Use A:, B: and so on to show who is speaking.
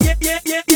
A: yeah, yeah.